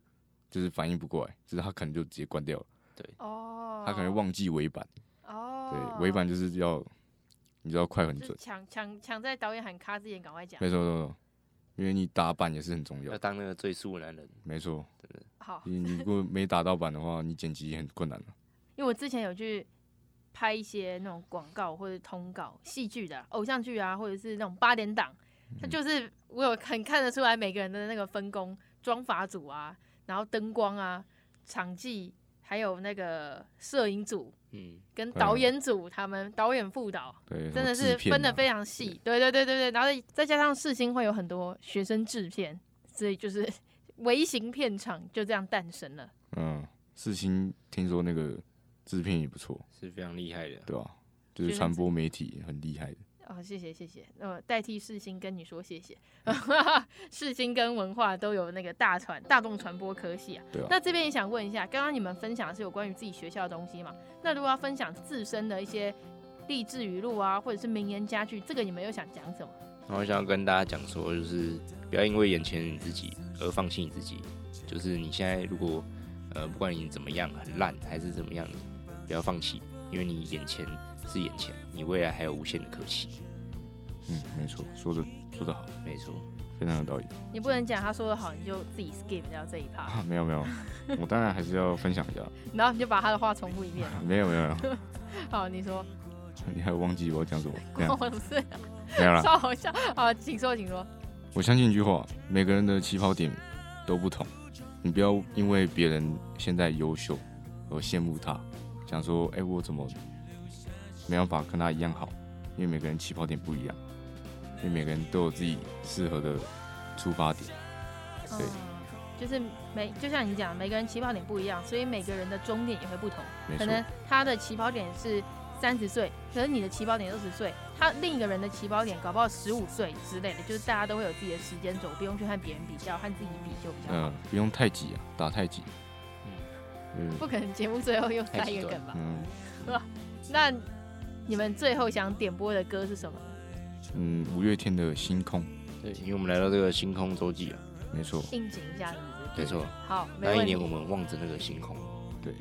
就是反应不过来，就是他可能就直接关掉了，哦，他可能忘记围板，哦，对，围板就是要你知道快很就是准，抢抢抢在导演喊咔之前赶快讲。没错没错，没错因为你打板也是很重要要，当那个最速的男人，没错，好，你你如果没打到板的话，你剪辑也很困难了。因为我之前有去拍一些那种广告或者通告、戏剧的、偶像剧啊，或者是那种八点档，嗯它就是我有很看得出来每个人的那个分工，妆发组啊，然后灯光啊、场记，还有那个摄影组嗯，跟嗯导演组，他们导演副导对，真的是分的非常常细，对对对对对，然后再加上世新会有很多学生制片，所以就是 微型片场就这样诞生了。嗯，事情听说那个制片也不错，是非常厉害的。对吧？就是就是传制播媒体很厉害的，哦，谢谢谢谢，呃，代替世新跟你说谢 谢，世新跟文化都有那个大传大众传播科系啊。对啊那这边也想问一下，刚刚你们分享的是有关于自己学校的东西嘛？那如果要分享自身的一些励志语录啊，或者是名言佳句，这个你们又想讲什么？然后我想要跟大家讲说，就是不要因为眼前的你自己而放弃你自己。就是你现在如果呃，不管你怎么样，很烂还是怎么样，不要放弃，因为你眼前是眼前，你未来还有无限的可期。嗯，没错，说的说的好，没错，非常有道理你不能讲他说的好，你就自己 skip 掉这一趴，啊。没有没有，我当然还是要分享一下，然后你就把他的话重复一遍。没有没有，没有好，哦你说你还忘记我要讲什么？这关 样我什么事？没有啦，超好笑啊！请说，请说。我相信一句话：每个人的起跑点都不同，你不要因为别人现在优秀而羡慕他，想说：“哎、我怎么没办法跟他一样好？”因为每个人起跑点不一样，因为每个人都有自己适合的出发点。对嗯，就是每就像你讲，每个人起跑点不一样，所以每个人的终点也会不同。没可错，能他的起跑点是三十岁，可是你的起跑点二十岁，他另一个人的起跑点搞不好十五岁之类的，就是大家都会有自己的时间轴，不用去和别人比较，和自己比就比较嗯、好。不用太急啊，打太极。嗯，不可能节目最后又太塞一极个端梗吧？嗯那你们最后想点播的歌是什么？嗯，五月天的星空，对，因为我们来到这个星空周记了。啊没错，应景一下是不是？没错，好，没那一问年我题。们望着那个星空，对，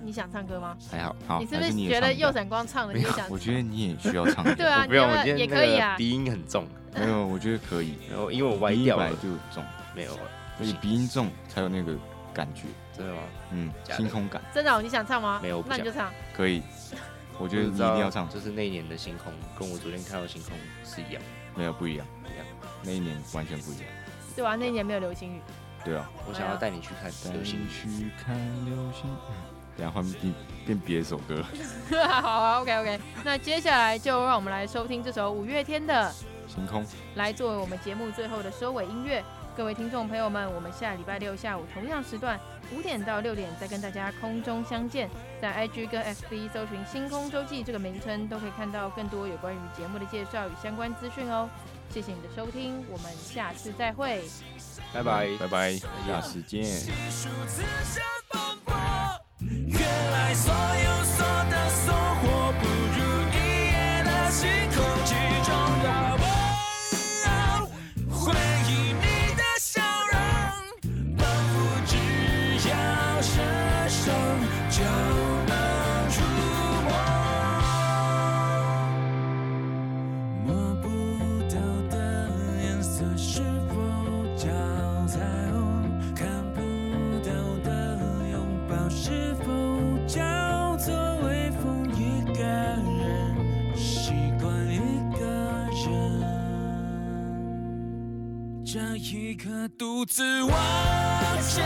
你想唱歌吗？还好。好，你是不还是是你觉得右闪？闪光唱的没你就有想，我？觉得你也需要唱歌。对啊我不要，你要我不要今天也那可以啊个鼻音很重，没有，我觉得可以。然后因为我歪你一掉摆了，就中。没有，啊而且鼻音重才有那个感觉，真的吗？嗯，假的星空感真的哦、你想唱吗？没有我不 那你就唱。可以。我觉得你一知道定要唱，就是那一年的星空，跟我昨天看到星空是一样。没有不一样一样，那一年完全不一样。对啊，那一年没有流星雨，对啊，我想要带你去看流星雨，去看流 星，然后换变变别首歌。 好啊，OK OK。那接下来就让我们来收听这首五月天的星空，来作为我们节目最后的收尾音乐。各位听众朋友们，我们下礼拜六下午同样时段五点到六点再跟大家空中相见，在 IG 跟 FB 搜寻“星空周记”这个名称，都可以看到更多有关于节目的介绍与相关资讯哦。谢谢你的收听，我们下次再会。拜拜。拜拜，下次见。数自相奔波，原来所有所得收获不如一夜的星空，其中的温柔，回忆你的笑容，奔赴只要伸手就能触摸，摸不到的颜色是否叫彩虹？看不到的拥抱是否叫做微风？一个人习惯一个人，这一刻独自往前